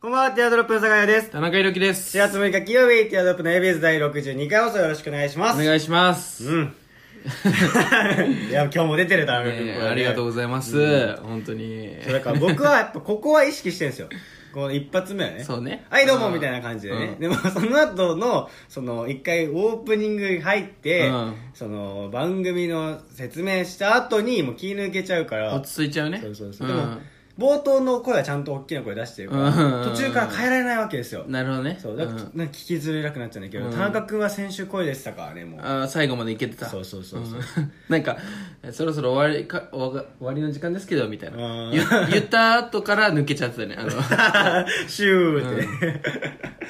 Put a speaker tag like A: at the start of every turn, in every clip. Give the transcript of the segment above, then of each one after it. A: こんばんは、ティアドロップの坂井です。
B: 田中裕樹です
A: 4月6日金曜日、ティアドロップの ABS 第62回放送よろしくお願いしま
B: お
A: す。
B: 願いします、
A: うん いや、今日も出てるだろ、
B: ねえありがとうご
A: い
B: ざいます、本当に
A: まだから僕はやっぱここは意識してるんですよ。この一発目はね。
B: そうね
A: はい、どうも、
B: うん
A: みたいな感じでね。
B: うん
A: でも、その後の、その、一回オープニング入って、
B: うん
A: その、番組の説明した後に、もう気抜けちゃうから。
B: 落ち着いちゃうね
A: そうそうそう。
B: ん
A: でも、冒頭の声はちゃんと大きな声出してるから、
B: うん
A: 途中から変えられないわけですよ。
B: なるほどね
A: そうだから、
B: ん
A: なんか聞きづらくなっちゃうんだけど、
B: うん
A: 田中君は先週声でしたからねもう
B: あー最後までいけてた
A: そうそうそうそうん
B: なん かそろそろ終わりか終わ終わりの時間ですけどみたい
A: うん
B: な言言った後から抜けちゃってた ねあの
A: シューって、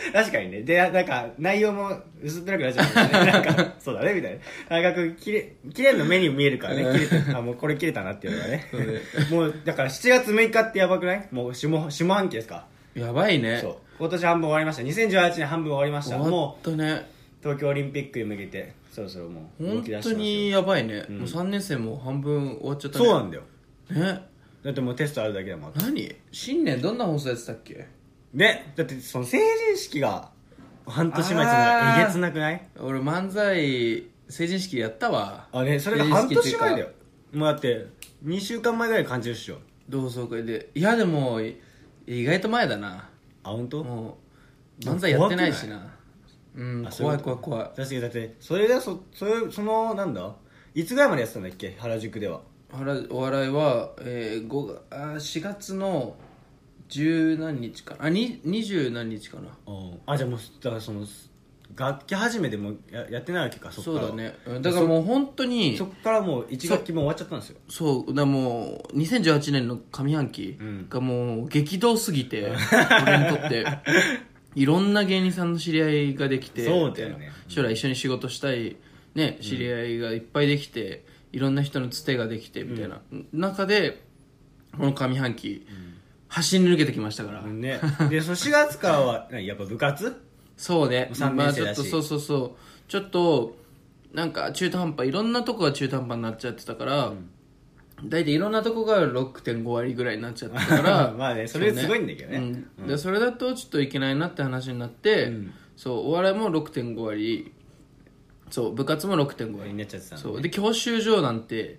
A: 確かにねでなんか内容も薄っぺらくなっちゃうから ねなんかそうだねみたいな田中君切れ切れるの目に見えるからね切れてあもうこれ切れたなっていうのがね
B: そうね
A: もうだから7月6日ってやばくないもう下下半期ですか
B: やばいね
A: そう今年半分終わりました2018年半分終わりまし
B: 終
A: た
B: わ
A: も
B: ったね
A: う東京オリンピックに向けてそろそろもう動
B: 本
A: き出してま
B: 当
A: すよ
B: にやばいね、もう3年生も半分終わっちゃったね
A: そうなんだよ
B: ね
A: だってもうテストあるだけだもん
B: 何新年どんな放送やってたっけ
A: ねだってその成人式が半年前っていうのが
B: あー
A: えげつなくない
B: 俺漫才成人式やったわ
A: あねそれが
B: 成人
A: 半
B: 式ってい
A: 年
B: うか
A: 前だよもうだって2週間前ぐらい感じるっしょ
B: 同窓会でいやでもい意外と前だな
A: あ本当？
B: もう漫才やってないしなうん
A: あそう
B: 怖
A: いう
B: い
A: こ
B: 怖い怖い
A: 確かにだってそれでそそれそのなんだいつぐらいまでやってたんだっけ原宿では
B: 原お笑いは、えー、5あー4月の十何日かあに二十何日かな
A: あじゃあもうだからその楽器始めてもうややってないわけかそっから
B: そうだねうんだからもう本当に
A: そっからもう1学期も終わっちゃったんですよ
B: そうだもう2018年の上半期
A: うん
B: がもう激動すぎて、俺にとっていろんな芸人さんの知り合いができて
A: そうだよね
B: みたいな将来一緒に仕事したい、ね、知り合いがいっぱいできて、いろんな人のつてができてみたいな、中でこの上半期、走り抜けてきましたから、
A: ねでその4月からは何やっぱ部活
B: そうね
A: 三
B: ま
A: 年生
B: あちょ
A: だ
B: っ
A: し
B: とそうそうそうちょっとなんか中途半端いろんなとこが中途半端になっちゃってたから、大体いろんなとこが6.5割ぐらいになっちゃってたから
A: まあねそれすごいんだけどね
B: そううんでそれだとちょっといけないなって話になって、そうお笑いも6.5割そう部活も6.5割
A: になっちゃってたの
B: そうで教習所なんて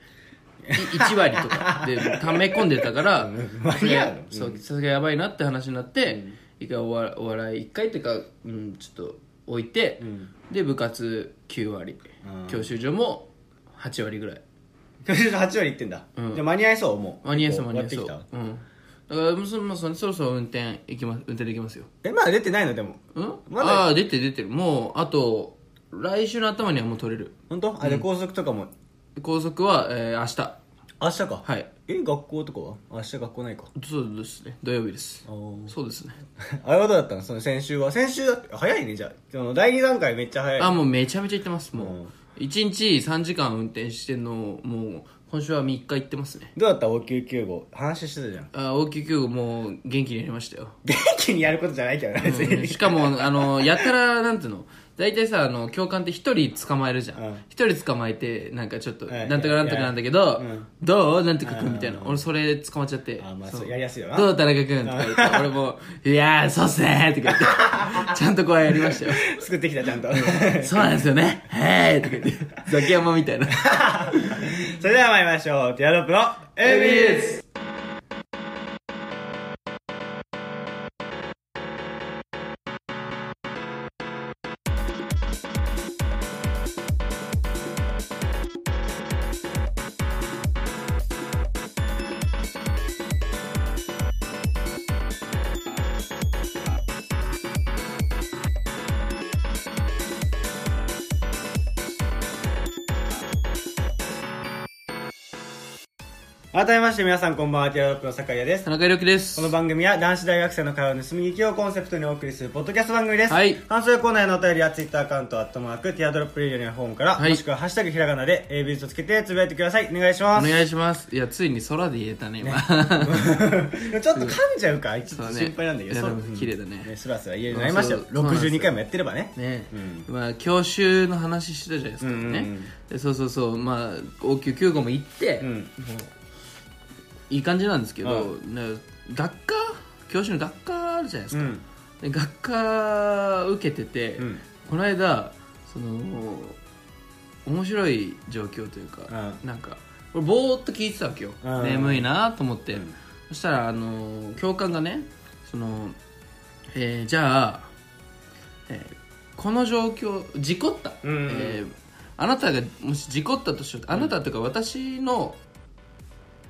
B: い1割とかで溜め込んでたから
A: 間に 合うの
B: それそうさすがやばいなって話になって、一回おわお笑い一回っていうか、うん、ちょっと置いて、で部活9割、
A: うん
B: 教習所も8割ぐらい
A: 教習所8割いってんだ、
B: うん
A: じゃあ間に合いそうもう
B: 間に合いそう
A: も
B: 間に合いそう、うん、だからもうそ,、まあ、そそろそろ運転行き、ま、運転できますよ
A: えまだ出てないのでも
B: うん、
A: まだ
B: ああー出てる出てるもうあと来週の頭にはもう取れる
A: 本当あれ高速とかも
B: 高速は、えー明日
A: 明日か
B: はい
A: え学校とかは明日学校ないか
B: そうですね土曜日です
A: あー
B: そうですね
A: あれはどうだったのその先週は先週早いねじゃあその第2段階めっちゃ早い
B: あもうめちゃめちゃ行ってますもう、
A: うん
B: 1日3時間運転してんのをもう今週は3日行ってますね
A: どうだった応急救護話してたじゃん
B: あ応急救護もう元気になりましたよ、
A: 元気にやることじゃないけどね別
B: うん
A: に
B: しかもあのやたらなんていうの大体さあの教官って1人捕まえるじゃ
A: うん
B: ん1人捕まえてなんかちょっと
A: はい
B: なんとかなんとかなんだけ
A: い
B: ど
A: やうん
B: どうなんとかくんみたいな俺それ捕まっちゃって
A: あーまあ
B: そう
A: そうやりやすいよな
B: どう田中君とか言って俺も「いやーそうっすね」とか言ってちゃんとこうやりまし たよ
A: 作ってきたちゃんと
B: そうなんですよね。はい。とか言って、ザキヤマみたいな。
A: それでは参りましょうティアドロップの ABS 改めまして皆さんこんばんはティアドロップの酒井です
B: 田中裕樹です
A: こ。の番組は男子大学生の会話を盗み聞きをコンセプトにお送りするポッドキャスト番組です。
B: はい
A: 感想やコーナーへのお便りやツイッターアカウント、アットマーク、ティアドロップレディオのフォームから、
B: はい
A: もしくはハッシュタグひらがなで ABS とつけてつぶやいてください。お願いしま
B: お
A: す。
B: 願いします。いや、ついに空で言えたね、今。
A: ちょっと噛んじゃうから、ちょっ
B: そ
A: と
B: うね
A: 心配なんだけど、
B: いや
A: そう
B: でも
A: うん
B: 綺麗だね
A: スラスラ言えるようになりましたよ。
B: そうそうなんです
A: 62
B: よ
A: 回もやってればね。
B: ねまあ、教習の話してたじゃないですか、
A: うんうんうん
B: ねでそうそうそう、まあ、応急救護も行って、
A: うん
B: もういい感じなんですけど、ね学科教習の学科あるるじゃないです
A: う
B: か、
A: ん
B: で学科受けてて、
A: うん
B: この間その面白い状況というか、なんか俺ぼーっと聞いてたわけよ、
A: うん
B: 眠いなと思って、
A: うん
B: そしたらあの教官がねその、えーじゃあ、えーこの状況事故った、
A: うんうんうん
B: えーあなたがもし事故ったとしようあなたというか私の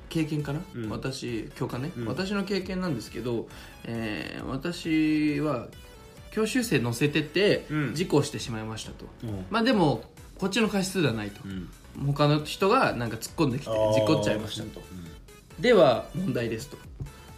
B: 経験かな、
A: うん
B: 私教官ね、
A: うん
B: 私の経験なんですけど、えー私は教習生乗せてて
A: うん
B: 事故してしまいましたと、
A: うん
B: まあでもこっちの過失ではないと、
A: うん
B: 他の人がなんか突っ込んできて事故っちゃいました
A: と
B: とでは問題ですと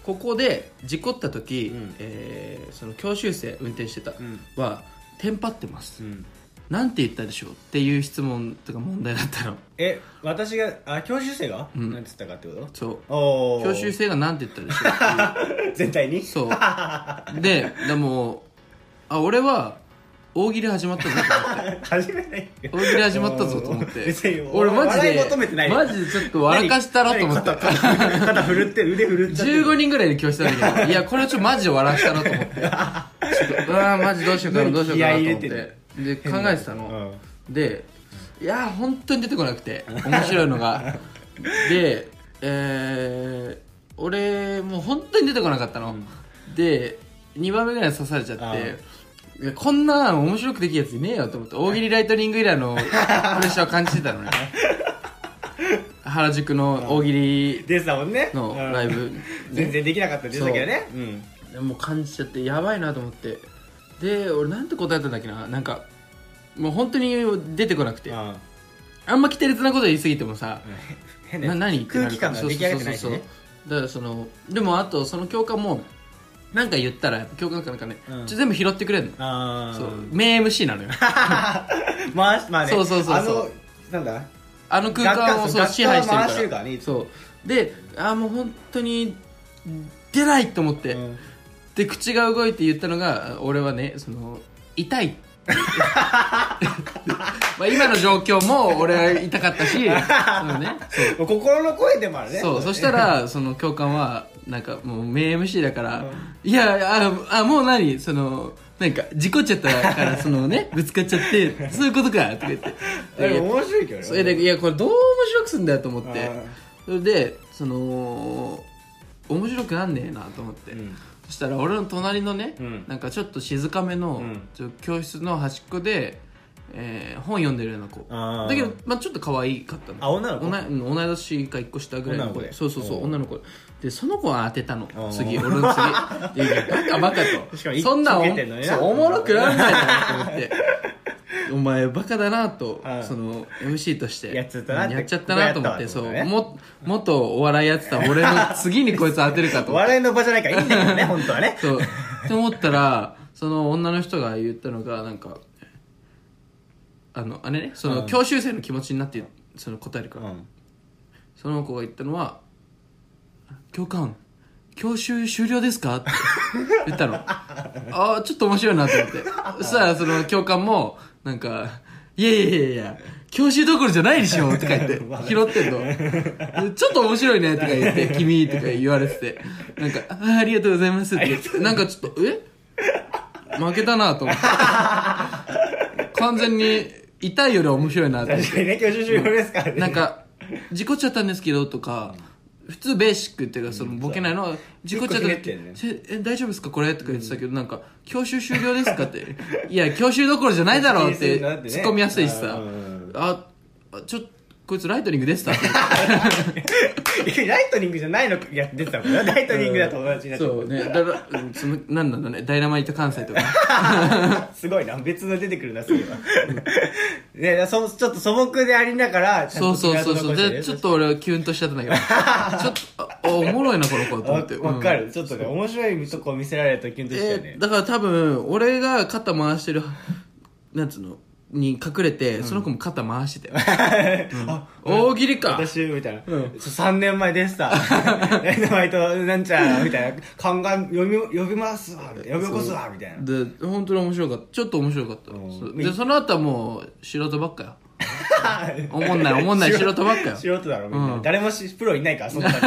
B: ここで事故った時、
A: うん
B: えーその教習生運転してた
A: うん
B: は、テンパってます、
A: うん
B: なんて言ったでしょうっていう質問とか問題だったの
A: え私があ教習生が
B: うん
A: なんつったかってこ
B: そう
A: とおお
B: 教習生がなんて言ったでしょうっていう
A: 全体に
B: そう。で、でも、あ、俺は、大喜利始まったぞと思って。
A: 始めないよ
B: 大喜利始まったぞと思っ
A: うん
B: て
A: 別に。
B: 俺マジ
A: 笑い
B: で
A: 求めてな、いよ
B: マジでちょっと笑かしたなと思った。
A: 何何肩肩肩振る ってる腕振るっちゃってる
B: 15人ぐらいで教室なんだけど、いや、これはちょっとマジで笑かしたなと思って。ちょっとうわーマジどうしようかな、どうしようかなと思っ
A: 気
B: て。
A: 合い入
B: で、考えてたの。で、いやー、本当に出てこなくて、面白い のが。で、えー、俺、もう本当に出てこなかったの。で、2番目ぐらいに刺されちゃ
A: あ
B: って、いやこんな面白くできるやついねえよと思って、大喜利ライトニング以 来のプレッシャーを感じてたのね。原宿の大喜利
A: でさもんね
B: の
A: うん
B: ライブ、
A: 全然できなかったですけどねうん
B: もう感じちゃってやばいなと思ってで俺なんて答えたんだっけななんかもう本当に出てこなくてあ
A: あ
B: んま規定列なこと言い過ぎてもさ
A: うん変なや
B: な
A: つ
B: 何ってな
A: 空
B: る
A: 気
B: から
A: 感が出来上がってないし
B: そうそう
A: ね
B: そうだからそのでもあとその教官もなんか言ったらやっぱ教官なんかね、
A: うん
B: ちょ全部拾ってくれるの
A: あ
B: そう
A: ー
B: 名 MC なのよ
A: まあまあね
B: そうそうそうそう
A: あのなんだ
B: あの空間をそう
A: 学科
B: 支配してるから
A: 学科を回してるからねいつも
B: そうであーもう本当に出ないと思って、
A: うん
B: で口が動いて言ったのが俺はねその 痛い まあ今の状況も俺は痛 かったし、そのね、そう
A: もう心の声でもあるね
B: そうそしたらその教官はなんかもう名 MC だから、いやああもう何そのなんか事故っちゃったからそのねぶつかっちゃってそういうことかとか言って
A: あれ
B: で
A: 面白いけどね
B: それでいやこれどう面白くすんだよと思っ
A: あ
B: て
A: ー
B: それでその面白くなんねえなと思って、
A: うん
B: そしたら俺の隣のね、
A: うん
B: なんかちょっと静かめの、
A: うん
B: ちょ教室の端っこで、えー本読んでるような子
A: あー
B: だけど、まあ、ちょっと可愛かったの
A: あ女の子
B: 同いうん同い年か一個下ぐらいの子
A: 女の子で
B: そうそうそう
A: おう
B: 女の子でその子は当てたの
A: おう
B: 次俺の 次いやいやバカバカと
A: しかも一気
B: そんなん
A: に
B: お
A: 受けてんのにな
B: そうおもろくなんないなと思って お前バカだなと
A: うん
B: その MC として
A: やっちゃったなって
B: やっちゃったなと思って
A: ここ
B: そ
A: やったわってこと
B: う
A: ね
B: も元お笑いやってた俺の次にこいつ当てるか と思って
A: 笑いの場じゃないからいいんだけ どね本当はね
B: そう。って思ったら、その女の人が言ったのが、なんか、あの、あれね、その教習生の気持ちになって、その答えるから、
A: うん
B: その子が言ったのは、教官、教習終了ですかって言 ったの。ああ、ちょっと面白いなと思って。そしたら、その教官も、なんか、いやいやいやいや、教習どころじゃないでしょとか言って、拾ってんの。 でちょっと面白いねとか言って、君とか言われてて、なんか、あーありがとうございますって言って、なんかちょっと、え負けたなと思って。完全に、痛いよりは面白いなと思って
A: 確かにね教習終了ですからね
B: なんか「事故っちゃったんですけど」とか普通ベーシックっていうかそのボケないのは「事故っちゃったんですけど
A: 結
B: え大丈夫ですかこれ?」とか言ってたけどなんか「教習終了ですか?」って「いや教習どころじゃないだろ」 うって
A: 気にするなってね
B: 突っ込みやすいしさ
A: うんうん
B: 「ああちょっとこいつライトニング でした」って
A: いやライトニングじゃないのいや出てたもんなライトニングだ友達になっちゃ
B: そうねだらうんそのなんなんだろうね「ダイナマイト関西」とか
A: ったすごいな別の出てくるなそういえばねだそちょっと素朴でありながらちゃん
B: そ
A: と
B: うそうそ
A: 爪
B: う
A: 痕
B: そう
A: 残してね
B: でちょっと俺はキュンとしちゃったんだけ どちょっとあおもろいなこの子と思って
A: わわかる、ちょっとね面白いとこ見せられるとキュンとしたよ
B: え
A: ね
B: ー、だから多分俺が肩回してるなんつうのに隠れて、その子も肩回して たよ
A: あ
B: 大喜利か
A: 私みたいな、
B: うん
A: ちょ3年前で した「ダイナマイトなんちゃら」みたいな「考え呼び呼びますわ」みたいな呼び起こすわ」みたいな
B: で本当に面白かったちょっと面白かった
A: うん
B: そうでその後はもう素人ばっか よおもんないおもんない素人ばっかよ
A: 素人だろみんな、
B: うん
A: 誰もしプ ロいないからそんなに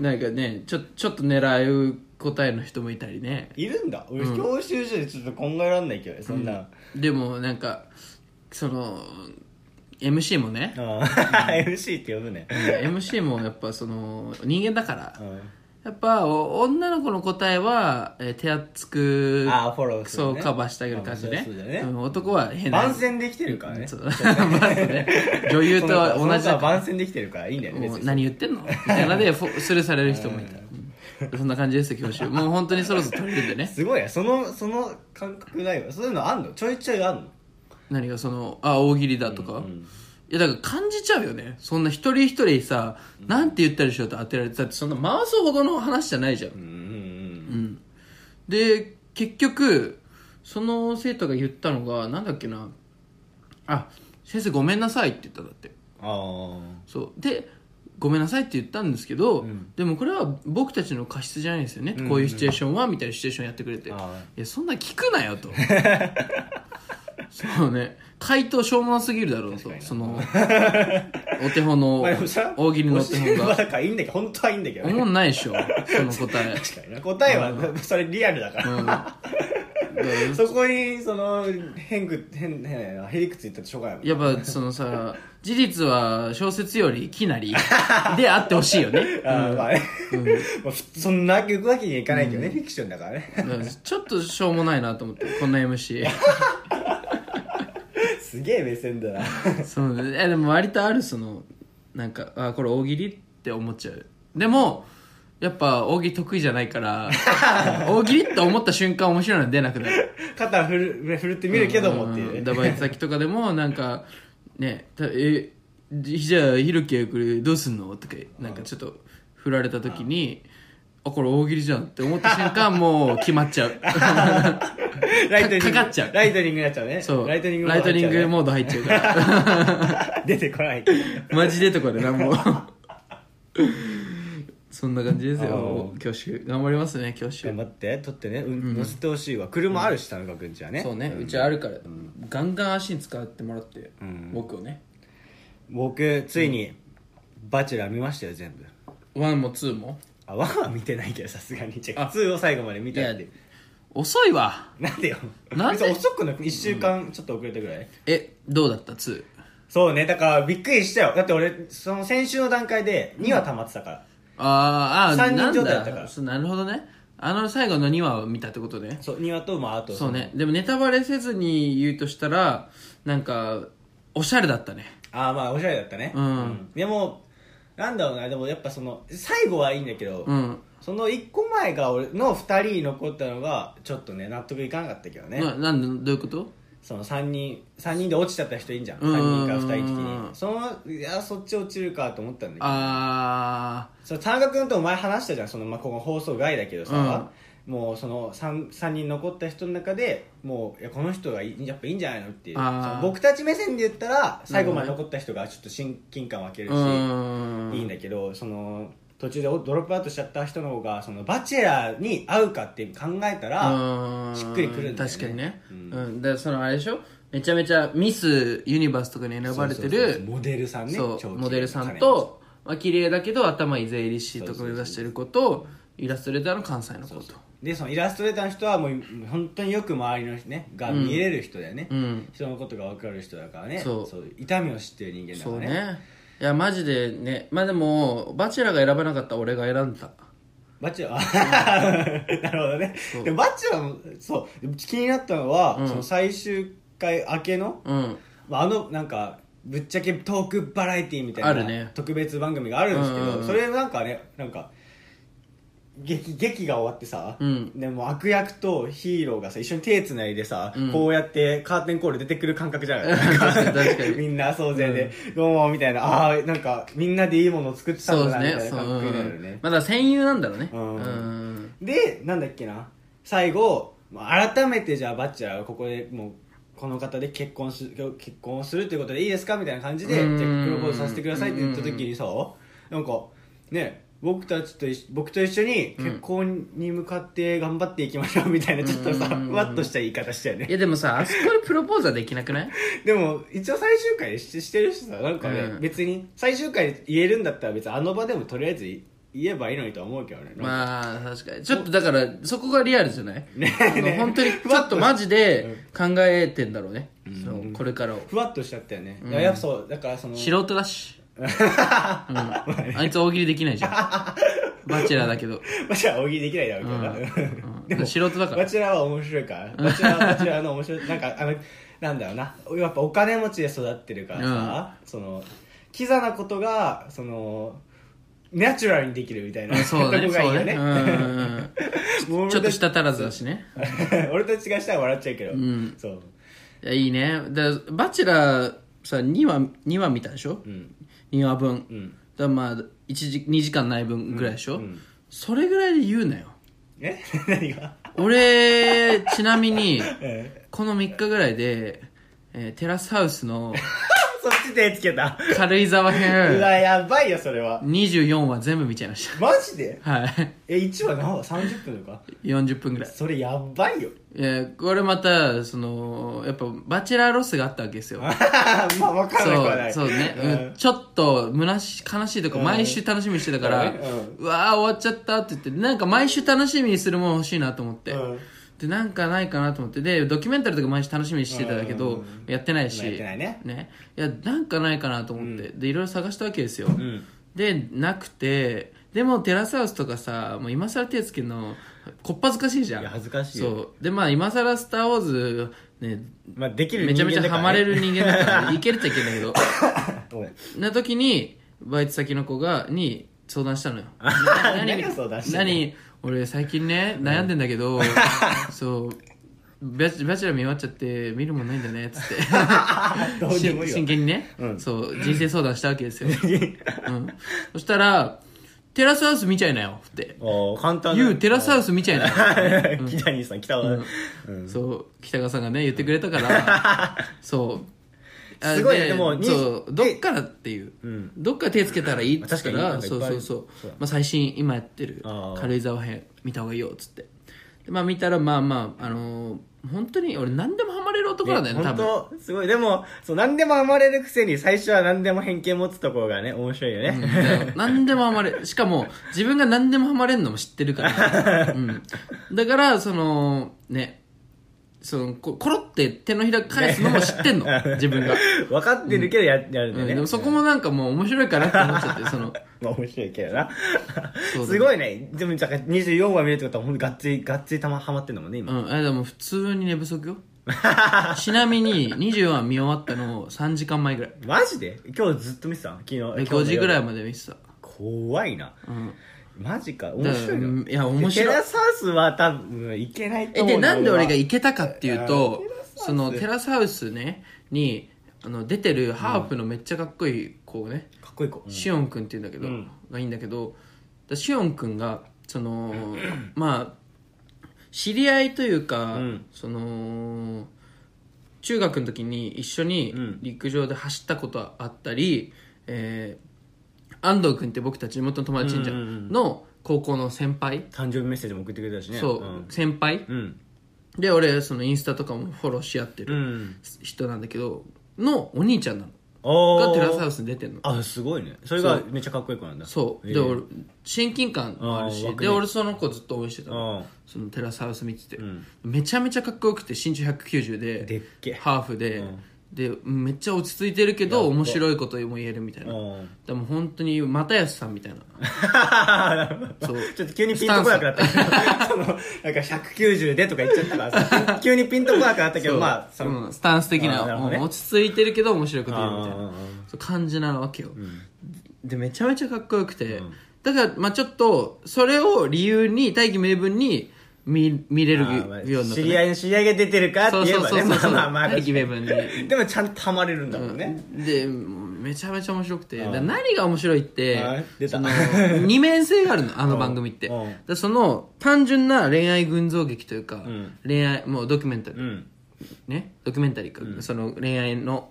B: なんかねちょちょっと狙う答えの人もいたりね
A: いるんだ俺、
B: うん
A: 教習所でちょっと考えられないけどねそんな、
B: でもなんかその MC もね
A: うん MC って呼ぶね、
B: MC もやっぱその人間だから
A: うん
B: やっぱお女の子の答えは、えー手厚く
A: ああフォローする、
B: そ
A: ね、
B: うカバーしてあげる感じ
A: あ
B: ね
A: そうだね
B: うん男は変な
A: 番宣できてるからね
B: そうまずね女優とは同じだ
A: だ
B: から
A: 番宣できてるからいいんだよね別
B: もう
A: に
B: 何言ってんのみたいなので フォスルーされる人もいた、うんそんな感じですよ教習もう本当にそろそろ取れるん でね
A: すごいねそのその感覚ないわそういうのあんのちょいちょいあんの
B: 何がそのあ大喜利だとか、いやだから感じちゃうよねそんな一人一人さ、なんて言ったりしようと当てられてたってそんな回すほどの話じゃないじゃん、
A: うんうん
B: う、ん、で結局その生徒が言ったのがなんだっけなあ先生ごめんなさいって言ったんだって
A: あ
B: そうでごめんなさいって言ったんですけど、
A: うん
B: でもこれは僕たちの過失じゃないんですよね、
A: うん
B: こういうシチュエーションはみたいなシチュエーションやってくれてい
A: ああ
B: やそんな聞く なよとそうね回答しょうもなすぎるだろうと
A: 確かにな
B: そのお手 本の
A: あ
B: 大喜利のお手本
A: は
B: が
A: だからいいんだけど本当はいいんだけど
B: お
A: ね
B: もんないでしょその答え
A: 確かにな答えはそれリアルだから、
B: うんだから
A: そこにその変く変変やなへりくつ言ったってしょうがないもん
B: やっぱそのさ事実は小説よりきなりであってほしいよね、うん
A: あーまあね、まあふそんなわけわけにはいかないけどね、フィクションだからね
B: だからちょっとしょうもないなと思ってこんな MC
A: すげえ目線だな
B: そうねえでも割とあるそのなんかあこれ大喜利って思っちゃうでもやっぱ大喜利得意じゃないから大喜利って思った瞬間面白いの出なくなる
A: 肩振る振るってみるけどもっていうね、
B: んダバイト先とかでもなんかねたえじゃあひろきはこれどうすんのとかなんかちょっと振られた時にあこれ大喜利じゃんって思った瞬間もう決まっちゃう
A: ライトニング
B: かかっちゃう
A: ライトニングになっちゃうね
B: そう
A: ライトニング
B: ライトニング
A: も
B: モード入っちゃうから
A: 出てこない
B: マジでとかでなんもそんな感じですよ
A: あ
B: 教習頑張りますね教習
A: 頑張って取ってねうん乗せてほしいわ車あるし田中君ちはね
B: そうね、うんちあるから、ガンガン足に使ってもらって、僕をね
A: 僕ついに「バチェラー」見ましたよ全部
B: ワンもツーも
A: あワンは見てないけどさすがにじゃ
B: あ
A: あ2を最後まで見
B: い
A: た
B: や
A: っていう
B: 遅いわ
A: なんでよ
B: なんで
A: 別に遅くなく1週間ちょっと遅れたぐらい、
B: えどうだったツー
A: そうねだからびっくりしたよだって俺その先週の段階で2は溜まってたから、
B: あーあー
A: 三人
B: なん
A: 状態だったから
B: そうなるほどねあの最後の2話を見たってことね
A: そう2話とまああと
B: そうねでもネタバレせずに言うとしたらなんかおしゃれだったね
A: ああまあおしゃれだったね
B: うん
A: でもなんだろうなでもやっぱその最後はいいんだけど、
B: うん
A: その1個前が俺の2人に残ったのがちょっとね納得いかなかったけどね、
B: ななんでどういうこと
A: その3人3人で落ちちゃった人いんじゃん
B: う
A: 3
B: ん
A: 人か2人的にそのいやそっち落ちるかと思ったんだけど
B: ああ
A: その田中君とお前話したじゃんその、まあ、ここ放送外だけどさ、もうその 3, 三人残った人の中でもういやこの人がいいやっぱいいんじゃないのっていうそ
B: あー
A: の僕たち目線で言ったら最後まで残った人がちょっと親 近感湧けるし、
B: うん
A: いいんだけどその途中でドロップアウトしちゃった人の方がそのバチェラーに合うかって考えたら、
B: うん
A: しっくりくるんだよね
B: 確かにね、う
A: うんん
B: だからそのあれでしょめちゃめちゃミスユニバースとかに選ばれて
A: そうそうそう
B: る
A: モデルさんね
B: そう
A: 長期
B: モデルさん
A: 彼女
B: と、まあ綺麗だけど頭いい税理士とか目指してる子とイラストレーターの関西の子と
A: でそのイラストレーターの人はもう本当によく周りの人、ね、が見れる人だよね、
B: うん
A: 人のことが分かる人だからね
B: そう
A: 痛みを知ってる人間だか
B: そう
A: ら
B: ね
A: ね
B: いやマジでねまあでもバチェラーが選ばなかった俺が選んだ
A: バチェラ ー なるほどねでもバチェラーもそう気になったのは、その最終回明けの、
B: うん
A: まあ、あのなんかぶっちゃけトークバラエティーみたいな
B: あるね
A: 特別番組があるんですけど、
B: うんうんうん
A: それなんかねなんか劇劇が終わってさ、
B: うん
A: でも悪役とヒーローがさ一緒に手つないでさ、
B: うん
A: こうやってカーテンコール出てくる感覚じゃない
B: 確かに確かに
A: みんな総勢で「どうも」みたいな「ああんかみんなでいいものを作ってた
B: そ
A: ん
B: う
A: だな」み
B: で
A: た
B: すね
A: い
B: そ
A: な
B: う、
A: 感
B: う
A: 覚になるよね
B: ん、まだ戦友なんだろうね
A: うん
B: うん
A: でなんだっけな最後まあ改めてじゃあバッチェラーはここでもうこの方で結婚す結婚をするってことでいいですかみたいな感じでじゃ
B: う
A: あ
B: ん
A: プロポーズさせてくださいって言った時にさなんかね僕たちと一緒僕と一緒に結婚に向かって頑張っていきましょうみたいなちょっとさふわっとした言い方したよ
B: い
A: ね
B: やでもさあそこでプロポーズはできなく ない
A: でも一応最終回ししてるしさなんかね
B: うん
A: 別に最終回言えるんだったら別にあの場でもとりあえず言えばいいのにとは思うけどね、
B: まあ確かにちょっとだからそこがリアルじゃない、
A: ね
B: あの本当にちょっとマジで考えてんだろうね、そのこれからを
A: ふわっとしちゃったよね、いややっぱそうだからその
B: 素人だし、うん、あいつ大喜利できないじゃん バチェラーだけど、
A: バチェラーは大喜利できないだろうけどな、
B: うん素人だから
A: バチェラーは面白いからバチェラーはバチェラーの面白いなんかあのなんだろうなやっぱお金持ちで育ってるからさ、そのキザなことがそのナチュラルにできるみたいな
B: そうだ
A: と
B: ね
A: こがいい
B: そ
A: うよ
B: だね
A: ね
B: うんうん
A: も
B: う
A: うん
B: ちょっと
A: 俺
B: したた足らずだしね
A: ち 俺たちがしたら笑っちゃうけど、
B: ん
A: そう
B: いやいいねだバチェラーさ2話2話見たでしょ、
A: うん
B: 2話分、
A: うん
B: だからまあ一時2時間ない分ぐらいでしょ、
A: うんうん
B: それぐらいで言うなよ
A: え 何が
B: 俺ちなみに
A: え
B: この3日ぐらいで、えーテラスハウスの
A: そっち手つけた
B: 軽井沢
A: うわ
B: 編
A: やばいよそれは
B: 24話全部見ちゃいまし
A: マジで
B: たはい
A: え1話何話30分とか
B: 40分ぐらい
A: それやばいよ
B: いやこれまたそのやっぱバチェラーロスがあったわけですよ
A: まあ分からなくはない
B: そうそうね、うんちょっと虚し悲しいとか
A: うん
B: 毎週楽しみにしてたから、
A: そう
B: う
A: ね
B: わー終わっちゃったって言ってなんか毎週楽しみにするもの欲しいなと思って、
A: うん
B: でなんかないかなと思ってでドキュメンタリーとか毎週楽しみにしてたんだけど、
A: うん
B: やってないし
A: やってないね
B: いやなんかないかなと思って、でいろいろ探したわけですよ、
A: ん
B: でなくてでもテラスハウスとかさもう今更手つけるのこっぱずかしいじゃん
A: いや恥ずかしいよ
B: そうでまあ今更スター・ウォーズ」ね
A: まあできる
B: めちゃめちゃハマれ る人間だから、いけるっちゃいけないんだけど
A: ごめん
B: な時にバイト先の子がに相談したのよ
A: 何が相談したの
B: 何俺最近ね悩んでんだ けど、そうバチバチェラー見終わっちゃって見るもんないんだねっつって
A: どうでもいい
B: 真
A: わ
B: 剣にね、そう人生相談したわけで すよ、うん、そしたら「テラスハウス見ちゃいなよ」って
A: おー簡
B: 「
A: 単
B: 言うテラスハウ
A: ス
B: ス見ちゃい なよ」
A: 北西さん北はうん
B: そう北川さんがね言ってくれたから そうあ
A: すごいね
B: で
A: でもに
B: そうどっからっていう、
A: うん
B: どっから手つけたらいいっつった
A: まあ
B: ら
A: 確か
B: そ
A: に
B: う
A: なんかいっぱいあ
B: そう
A: る
B: そう
A: そうだ
B: まあ、最新今やってる
A: あー
B: 軽井沢編見た方がいいよっつってでまあ見たらまあまああのー本当に俺何でもハマれる男なんだよね多
A: 本
B: 分
A: 当すごいでもそう何でもハマれるくせに最初は何でも偏見持つところがね面白いよ
B: うん
A: ね
B: だから何でもハマれるしかも自分が何でもハマれるのも知ってるから、 うん、だからそのねそのこコロって手のひら返すのも知ってんの自分が
A: 分かってるけどややるんだ
B: う
A: よ
B: ん
A: ね
B: でもそこもなんかもう面白いかなって思っちゃ ってその
A: まあ面白いけどな
B: そうだね
A: すごいねでもだから24話見るってことはほんとがっつりがっつりたまハマってんだもんね今、
B: うんあれでも普通に寝不 足よちなみに24話見終わったの3時間前ぐらい
A: マジで今日ずっと見てたの昨日
B: 5時ぐらい
A: い
B: まで見てた
A: 怖いな
B: うん
A: マジか面白い
B: だ
A: の
B: からいや面白い
A: テラサウスは多分いけないと
B: え
A: 思う
B: でなんで俺が
A: い
B: 行けたかっていう
A: いやテ
B: と
A: ラスハウス
B: そのテラスハウスねにあの出てるハープのめっちゃかっこいい子ね、
A: かっこいい子、うん
B: シオンくんっていうんだけど、
A: うん
B: がいいんだけどだシオンくんがそ のまあ知り合いというか、
A: うん
B: その中学の時に一緒に
A: うん
B: 陸上で走ったことはあったり、えー安藤君って僕たち地元の友達いんじゃん,、
A: うんうんうん
B: の高校の先輩、
A: 誕生日メッセージも送ってくれたしね
B: そう、先輩
A: うん
B: で俺そのインスタとかもフォローし合って
A: うん、う
B: る
A: ん、
B: 人なんだけど、のお兄ちゃんなの
A: おー
B: がテラスハウスに出てんの
A: あすごいねそれがめっちゃかっこいい子なんだ
B: そう、
A: ええ
B: で俺親近感もあるし
A: あー湧くね
B: で俺その子ずっと応援してたの
A: あ
B: そのテラスハウス見てて、
A: ん
B: めちゃめちゃかっこよくて身長190で
A: でっけ
B: ハーフで、
A: うん
B: でめっちゃ落ち着いてるけど面白いことも言えるみたい
A: あ
B: な
A: うん
B: でも本当に又吉さんみたいなそう
A: ちょっと急にピンとこなくなったけどそのなんか190でとか言っちゃったから さ急にピンとこなくなったけ
B: そ
A: ど
B: う
A: まあその
B: うんスタンス的
A: あー
B: な
A: なるほどね
B: うん落ち着いてるけど面白いこと言うみたい
A: あーあ
B: な
A: ーあー
B: そう感じなわけよ、でめちゃめちゃかっこよくて、
A: うん
B: だからまあちょっとそれを理由に大義名分に見見れる
A: あーまあ
B: ようになった、
A: 知り合いの知り合いが出てるかって
B: そう
A: 言え
B: そう
A: ば
B: そう
A: ね
B: そう
A: まあ
B: そう
A: まあまあ
B: 大義名分に、
A: でもちゃんとハマれるんだもんね、
B: でめちゃめちゃ面白くて
A: うん
B: だから何が面白いって
A: はい出た
B: その二面性がある のあ
A: う
B: の
A: ん
B: 番組って
A: うん
B: でその単純な恋愛群像劇というか、
A: ん
B: 恋愛もうドキュメンタリー、
A: うん
B: ねドキュメンタリーか、その恋愛の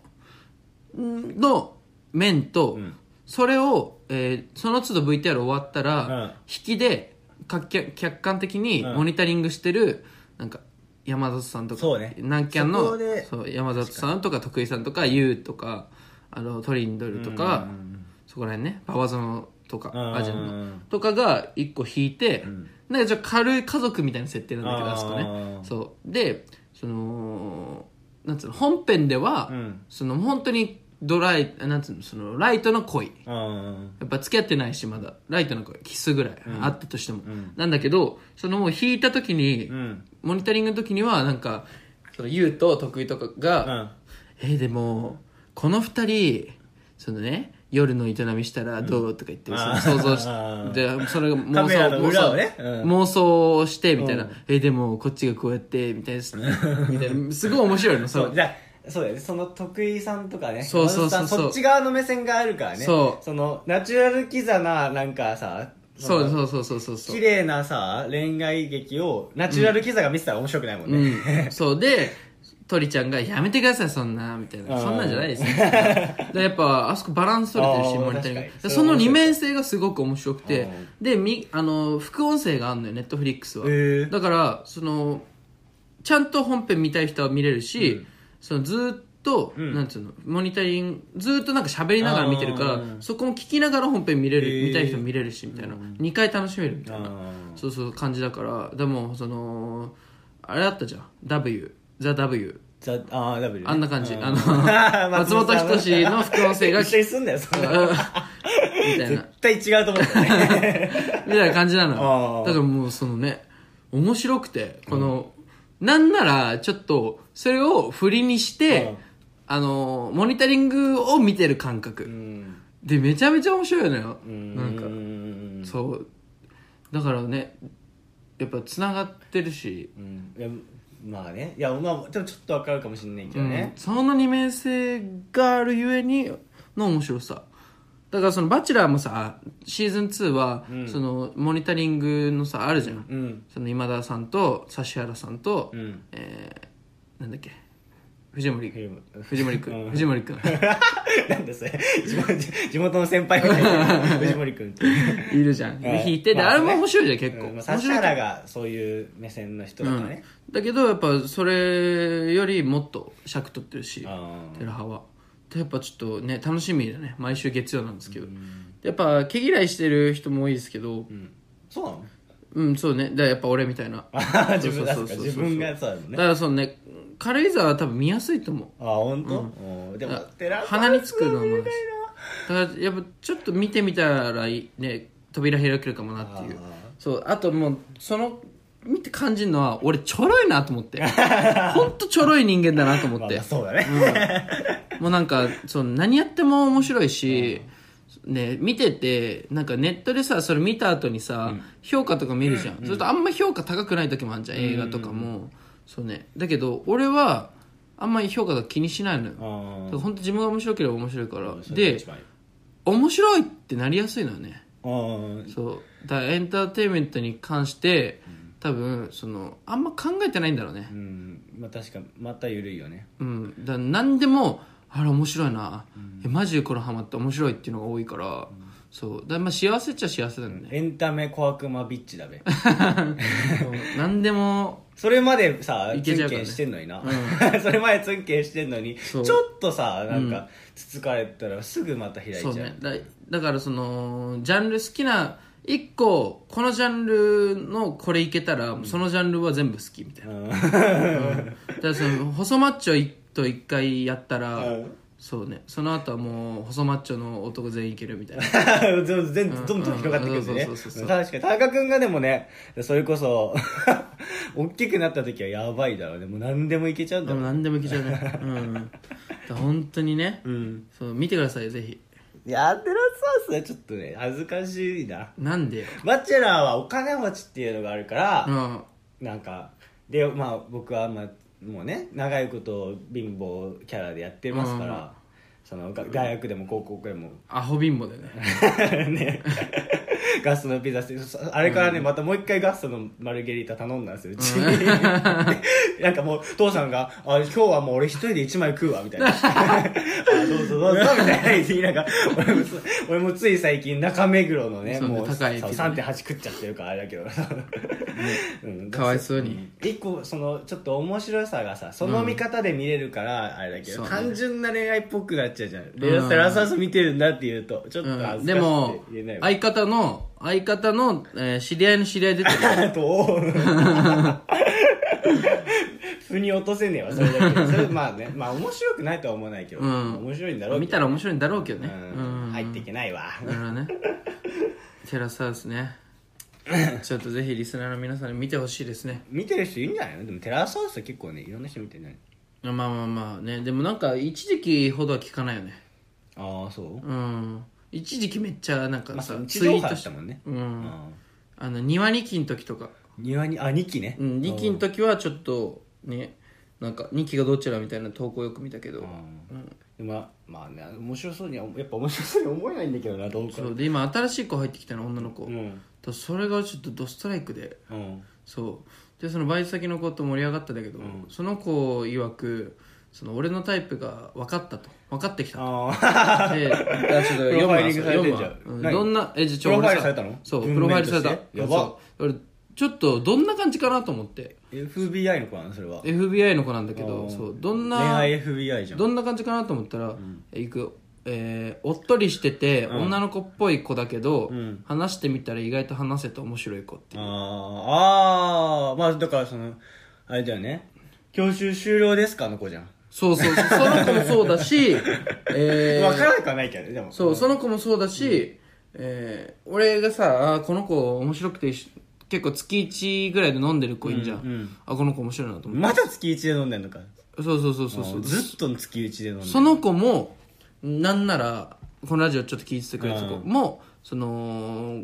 B: んの面と、
A: ん
B: それを、えーその都度 VTR 終わったら、
A: うん
B: 引きでかっけ客観的に
A: うん
B: モニタリングしてる、なんか山里さんとか
A: そうね
B: 南キャンの
A: そこで
B: そう山里さんとか徳井さんとか YOU とかあのトリンドルとか、そこら辺ね馬場園とか
A: うん
B: アジアのとかが1個引いて、
A: ん
B: なんかちょっと軽い家族みたいな設定なんだけ
A: あ
B: ど
A: ー
B: あそこねそうでそのなんつうの本編では、
A: うん
B: その本当にドライなんつうのそのライトの恋
A: うん
B: やっぱ付き合ってないしまだライトの恋キスぐらい、あったとしても、
A: ん
B: なんだけどそのもう引いた時に、
A: うん
B: モニタリングの時にはなんかその優と得意とかが、えーでもこの二人そのね夜の営みしたらどうとか言って、
A: うん
B: その想像し
A: あー
B: でそれが妄
A: カメラ
B: 想
A: の
B: 妄
A: 裏
B: 想,、
A: をねうん
B: 妄想をしてみたいな、
A: うん
B: えーでもこっちがこうやってみたいです みたいなすごい面白いの
A: そ
B: そうう
A: じゃあそうだよねその徳井さんとかね
B: そうそうそ
A: 山本
B: うそう
A: さんそっち側の目線があるからね
B: そう
A: のナチュラルキザななんかさ
B: そう
A: う
B: そうそうそうそうそう
A: 綺麗なさ恋愛劇をナチュラルキザが見てたら面白くないもんね、
B: うん、 そうで鳥ちゃんが「やめてくださいそんな」みたいな「
A: うん
B: そんなんじゃないですよ」みたいなでやっぱあそこバランス取れてるし
A: あー
B: モニタリング
A: 確かに
B: その二面性がすごく面白くて
A: うん
B: でみあの副音声があるのよネットフリックスは、
A: へー
B: だからそのちゃんと本編見たい人は見れるし、そのずーっと、
A: ん
B: なんつうのモニタリングずーっとなんか喋りながら見てるから、
A: うん
B: そこも聞きながら本編見れる、
A: へー
B: 見たい人見れるしみたいな、二回楽しめるみたいな、
A: うん
B: そうそう感じだからでもそのあれだったじゃん W ザ・ W
A: ザあー W ね
B: あんな感じ、
A: う
B: あの松
A: 松本
B: 本
A: さん
B: 人志の副音声がみ
A: 一緒にすんなよそれ
B: たいな
A: 絶対違うと思ったね
B: みたいな感じなの
A: あ
B: よ
A: ー
B: だからもうそのね面白くてこの、なんならちょっとそれを振りにして、
A: うん
B: あのモニタリングを見てる感覚、
A: うん
B: でめちゃめちゃ面白いのよ、なんか
A: うん
B: そうだからねやっぱつながってるし、
A: うんいやまあねいやまあでもちょっとわかるかもしれないけどね
B: うん、その二面性があるゆえにの面白さだからその「バチェラー」もさシーズン2は、そのモニタリングのさあるじゃん、
A: うん
B: その今田さんと指原さんと、
A: うん
B: えーなんだっけ藤森
A: フィルム
B: 藤森君、
A: うん
B: 藤森君
A: なんでそれ地元地元の先輩みたい な藤森君って
B: いるじゃん、
A: えー
B: 引いてで、
A: まあ
B: あれも
A: ね
B: 面白いじゃん結構、
A: うんま
B: 面
A: あ
B: 白い
A: 指
B: けど
A: 原がそういう目線の人だからね
B: だけどやっぱそれよりもっと尺取ってるし
A: あー
B: テラハはでやっぱちょっとね楽しみだね毎週月曜なんですけどやっぱ毛嫌いしてる人も多いですけど
A: うんそうなの
B: うん、そうねだからやっぱ俺みたいな
A: 自分 が
B: そうそうそうそう
A: 自分がそうだもん
B: だ
A: ね
B: からそのね軽井沢は多分見やすいと思う
A: あ本当、うん、でも寺田さん
B: 鼻につくのもあるし
A: す
B: だからやっぱちょっと見てみたらいいね扉開けるかもなっていうそうあともうその見て感じるのは俺ちょろいなと思って ほんとちょろい人間だなと思
A: ご
B: っ
A: いね
B: て
A: まあ、そうだね、
B: もうなんかその何やっても面白いし、ね、見ててなんかネットでさそれ見た後にさ、評価とか見るじゃん、ずっとあんま評価高くない時もあるじゃん、映画とかも、そうねだけど俺はあんまり評価が気にしないのよ、
A: うん
B: だから本当自分が面白ければ面白いから、
A: それが
B: で
A: 一番いい
B: 面白いってなりやすいのよね
A: うん
B: そうだからエンターテインメントに関して多分そのあんま考えてないんだろうね
A: うんまあ確かまた緩いよね
B: うん、だから何でもあれ面白いな、えマジでこのハマって面白いっていうのが多いから、そうだからまあ幸せっちゃ幸せだよ ね、
A: エンタメ小悪魔ビッチだべ
B: そう何でも
A: それまでさ
B: い
A: ツ
B: けちゃ
A: ン
B: うか
A: ケ
B: らね
A: ンしてんのにな、 それまでツンケンしてんのにち
B: そ
A: ょ
B: う
A: っとさなんかつつかれたらすぐまた開いちゃ
B: そううねだだからそのジャンル好きな一個このジャンルのこれいけたら、そのジャンルは全部好きみたいな、
A: うん
B: だからその細マッチョいと一回やったら、
A: うん
B: そうねその後はもう細マッチョの男全員いけるみたいな
A: 全然どんどん広がってくるんでね
B: うんうんそうそうそうそう
A: 確かに田中君がでもねそれこそ 大きくなった時はやばいだろうねもう何でもいけちゃうん
B: で
A: だ
B: も何でもいけちゃうねうんだから本当にね、
A: ん
B: そう見てくださいよぜひ
A: いやテラスハウスはちょっとね恥ずかしいな
B: なんでよ
A: バチェラーはお金持ちっていうのがあるから、
B: うん
A: なんかでまあ僕はまあもうね長いこと貧乏キャラでやってますから、
B: うん
A: そのが大学でも高校でも
B: アホ貧乏だよね
A: ねガストのピザしてそあれからね、またもう一回ガストのマルゲリータ頼んだんですようちに、 なんかもう父さんが「あ今日はもう俺一人で一枚食うわ」み たいな「あどうぞどうぞ」みたいな言いながら 俺も俺もつい最近中目黒のね
B: そうね
A: もう
B: 高いピザね
A: 3.8食っちゃってるからあれだけど、うん
B: かわいそうに
A: 一個そのちょっと面白さがさその見方で見れるからあれだけど、
B: そうね
A: 単純な恋愛っぽくなっちゃうじゃん、レアステラサス見てるんだって言うとちょっと
B: う
A: 恥
B: ん、
A: ず
B: で
A: かし
B: も
A: くて言えないわ、
B: 相方の相方の、えー知り合いの知り合い出てる
A: どう腑に落とせねえわそれだけそれまあね まあ面白くないとは思わないけど、
B: うん
A: 面白いんだろうけ
B: 見
A: ど
B: たら面白いんだろうけどね
A: う
B: うんん
A: 入っていけないわ
B: なるほどねテラスハウスねちょっとぜひリスナーの皆さんに見てほしいですね
A: 見てる人いるんじゃないのでもテラスハウスは結構ねいろんな人見てない
B: まあまあまあねでもなんか一時期ほどは聞かないよね
A: ああそう
B: うん一時期めっちゃなん
A: ま
B: か
A: あそ
B: さ、
A: う地
B: ツイ
A: 上波
B: ート
A: だっ
B: した
A: たもんね
B: う
A: うん
B: あの庭2期の時とか、
A: 庭にあ二2期ね
B: うん、2期の時はちょっとねなんか2期がどちらみたいな投稿よく見たけど、
A: うん、まあまあね面白そうにはやっぱ面白そうに思えないんだけどなどうか
B: そうで今新しい子入ってきたの女の子、
A: ん
B: とそれがちょっとドストライクで
A: うん
B: そうでそのバイト先の子と盛り上がったんだけど、その子曰くその俺のタイプが分かったと分かってきたと
A: あ あ
B: でだからちょっと
A: プロ
B: 読むわ
A: ファイリングされてんじゃん
B: 読むわう
A: 何
B: どんなえじゃあちょ
A: プロファイル
B: 俺
A: されたの
B: そう
A: 文
B: プロファイルさ
A: 面
B: れ
A: と
B: た
A: してやば
B: そう俺ちょっとどんな感じかなと思って
A: FBI の子なのそれは
B: FBI の子なんだけ
A: あ
B: ど
A: ー
B: そうどん
A: 恋
B: な
A: 愛 FBI じゃん
B: どんな感じかなと思ったら、行く、えーおっとりしてて、女の子っぽい子だけど、
A: ん
B: 話してみたら意外と話せて面白い子っていう
A: あーあーまあだからそのあれだよね教習終了ですかの子じゃん、
B: そうそうそうその子もそう だし、えー
A: 分からなくはないけどねでも
B: そうその子もそうだし、えー俺がさあーこの子面白くてし結構月1ぐらいで飲んでる子いんじゃ
A: う
B: ん、
A: んうん
B: あこの子面白いなと思っ
A: また月1で飲んでんのか
B: てそうそうそうそうそ
A: も
B: う
A: うずっと月1で飲んでん
B: その子もなんならこのラジオちょっと聞いててくれた子も、その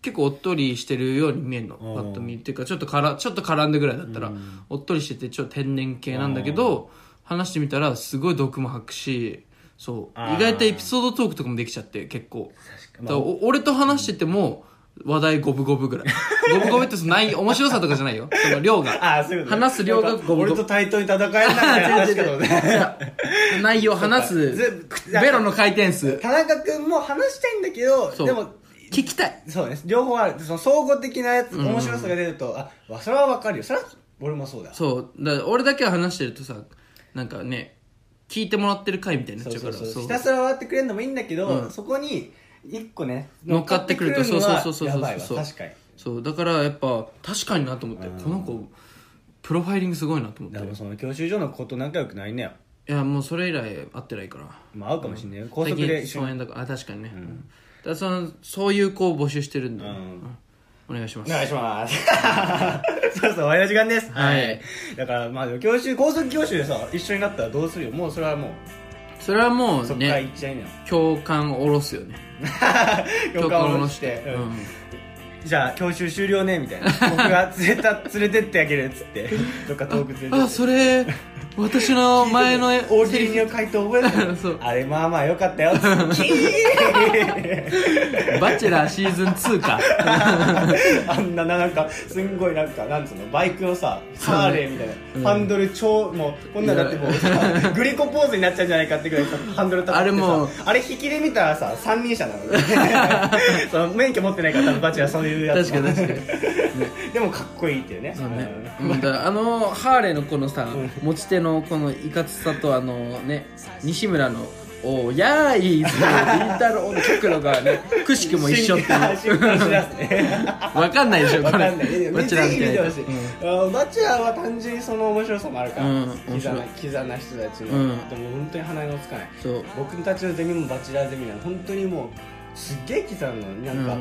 B: 結構おっとりしてるように見えるのパッと見っていうかちょっとからちょっと絡んでぐらいだったら、おっとりしててちょっと天然系なんだけど話してみたらすごい毒も吐くしそう
A: あー
B: 意外とエピソードトークとかもできちゃって結構
A: 確かに
B: だからお俺と話してても話題五分五分ぐらい五分五分ってその内容面白さとかじゃないよその量が
A: ああそういうことね
B: 話す量が
A: なんか
B: ゴムゴム
A: 俺と対等に戦えないみたいな話かと思った
B: いや内容話
A: ず
B: す
A: 口
B: ベロの回転数
A: 田中君も話したいんだけど
B: そう
A: でも
B: 聞きたい
A: そうです両方あるその総合的なやつ面白さが出ると、あわそれはわかるよそれは俺もそうだ
B: そうだから俺だけは話してるとさなんかね聞いてもらってる回みたいに
A: そ
B: なっ
A: う
B: ちゃう
A: そう
B: から
A: そう
B: そう
A: ひたすら笑ってくれるのもいいんだけど、
B: うん
A: そこに一個ね
B: 乗っかってくると
A: 乗っかって
B: そうそうそうそうそう
A: くるのはやばいわ確かに
B: そうだからやっぱ確かになと思ってこの子プロファイリングすごいなと思
A: で
B: って
A: もその教習所の子と仲良くないね
B: いやもうそれ以来会ってないから
A: まあ会うかもしんないよ高速で
B: 最
A: 一
B: 近
A: 緒
B: 疎
A: に
B: 遠だからあ確かにね、うんだからそのそういう子を募集してるんで、
A: うん
B: うんお願いしま
A: お
B: す
A: 願いします そうそう親父がです
B: はい
A: だからまあでも教習高速教習でさ一緒になったらどうするよもうそれはもう
B: それはもう
A: そっから
B: ね
A: 行っちゃいなよ
B: 共感を下ろすよね
A: 教官を下ろして、
B: う
A: うん
B: ん
A: じゃあ教習終了ねみたいな僕が連れた連れてってあげるっつ ってどっか遠く連れて
B: あそれ私の 前の
A: 大喜利の回答覚えて
B: そ
A: る
B: う
A: あれまあまあよかったよキー
B: バチェラーシーズン2か
A: あんななんかすんごいなんかなんつうのバイクのさハーレーみたいな、
B: うん
A: ハンドル超もうこんなんだってもうさ グリコポーズになっちゃうんじゃないかってぐらいさハンドル立ってさ
B: あれもう
A: あれ引きで見たらさ三輪車なの ねその免許持ってないから多分バチはそういうやつ
B: 確かに確かに
A: でもかっこいいっていうね
B: そうね
A: ん、
B: うんだからあのハーレーのこのさ持ち手のこのいかつさとあのね西村の「おーやーい」って言ったろの極路がねくしくも一緒ってい
A: 進化
B: う
A: 進化しだすね
B: わかんないでしょ
A: わ
B: こ
A: かんない
B: れ
A: ぜひ見
B: バチェラーみたい
A: て
B: な
A: ほしい、あのバチェラーは単純にその面白さもあるから、
B: うん
A: キザなキザな人たちの、
B: うん
A: でも本当に鼻のつかない
B: そううん
A: 僕たちのゼミもバチェラーゼミなの本当にもうすっげえ刻むのなんか、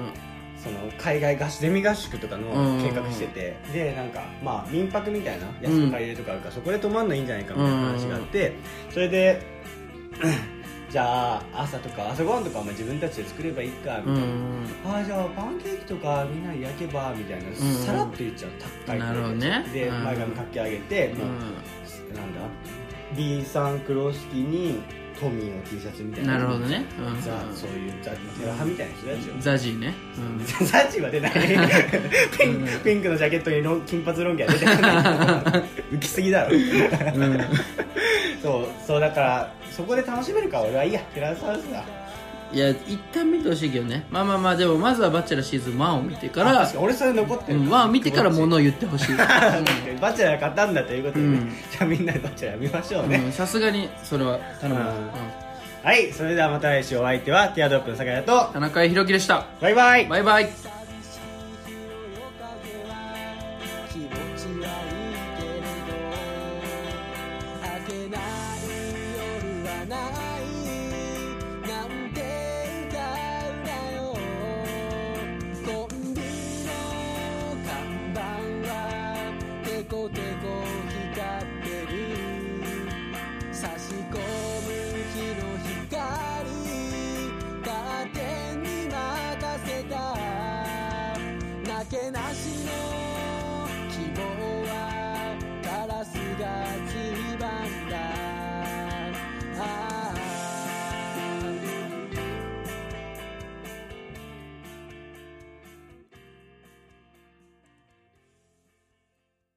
A: その海外合宿ゼミ合宿とかの
B: うん
A: 計画してて、でなんかまあ民泊みたいな安く借りれるとかあるから、そこで泊まんのいいんじゃないかみたいな話があって、それで じゃあ朝とか朝ごはんとかはまあ自分たちで作ればいいかみたいな、
B: うん
A: あーじゃあパンケーキとかみんなで焼けばみたいな、
B: ん
A: さらっと言っちゃう高い声で
B: なるほどね
A: で、
B: うん
A: 前髪かき上げて、
B: う
A: も
B: ん
A: うなんだ B さん黒式にコミの T シャツみたいな
B: なるほどね、うん、
A: ザそういうザテラハみたいな人たちよ
B: ザジーね、うん
A: ザチは出ないピンクピンクのジャケットにロン金髪ロン毛は出てこない浮きすぎだろ そうそうだからそこで楽しめるから俺はいいやテラスハウスだ
B: いや一旦見てほしいけどねまあまあまあでもまずは「バチェラー」シーズン1を見てか
A: あ
B: ら
A: 確かに俺それ残って
B: う
A: る
B: ん、1を見てから物を言って ほしいうん
A: バチェラー買ったんだということで、ね
B: うん
A: じゃあみんなでバチェラー見ましょうね、
B: うんさすがにそれは頼む、
A: うん
B: うん
A: はいそれではまた来週お相手はティアドロップの酒屋と
B: 田中裕樹でした
A: バイバイ
B: バイバイ
C: 「寂しいの夜風は気持ちはいいけれど」「明けない夜はない」「なんて歌うなよ」「コンビの看板はテコテコ光ってる」「差し込む日の光」「カーテンに任せた」「なけなしの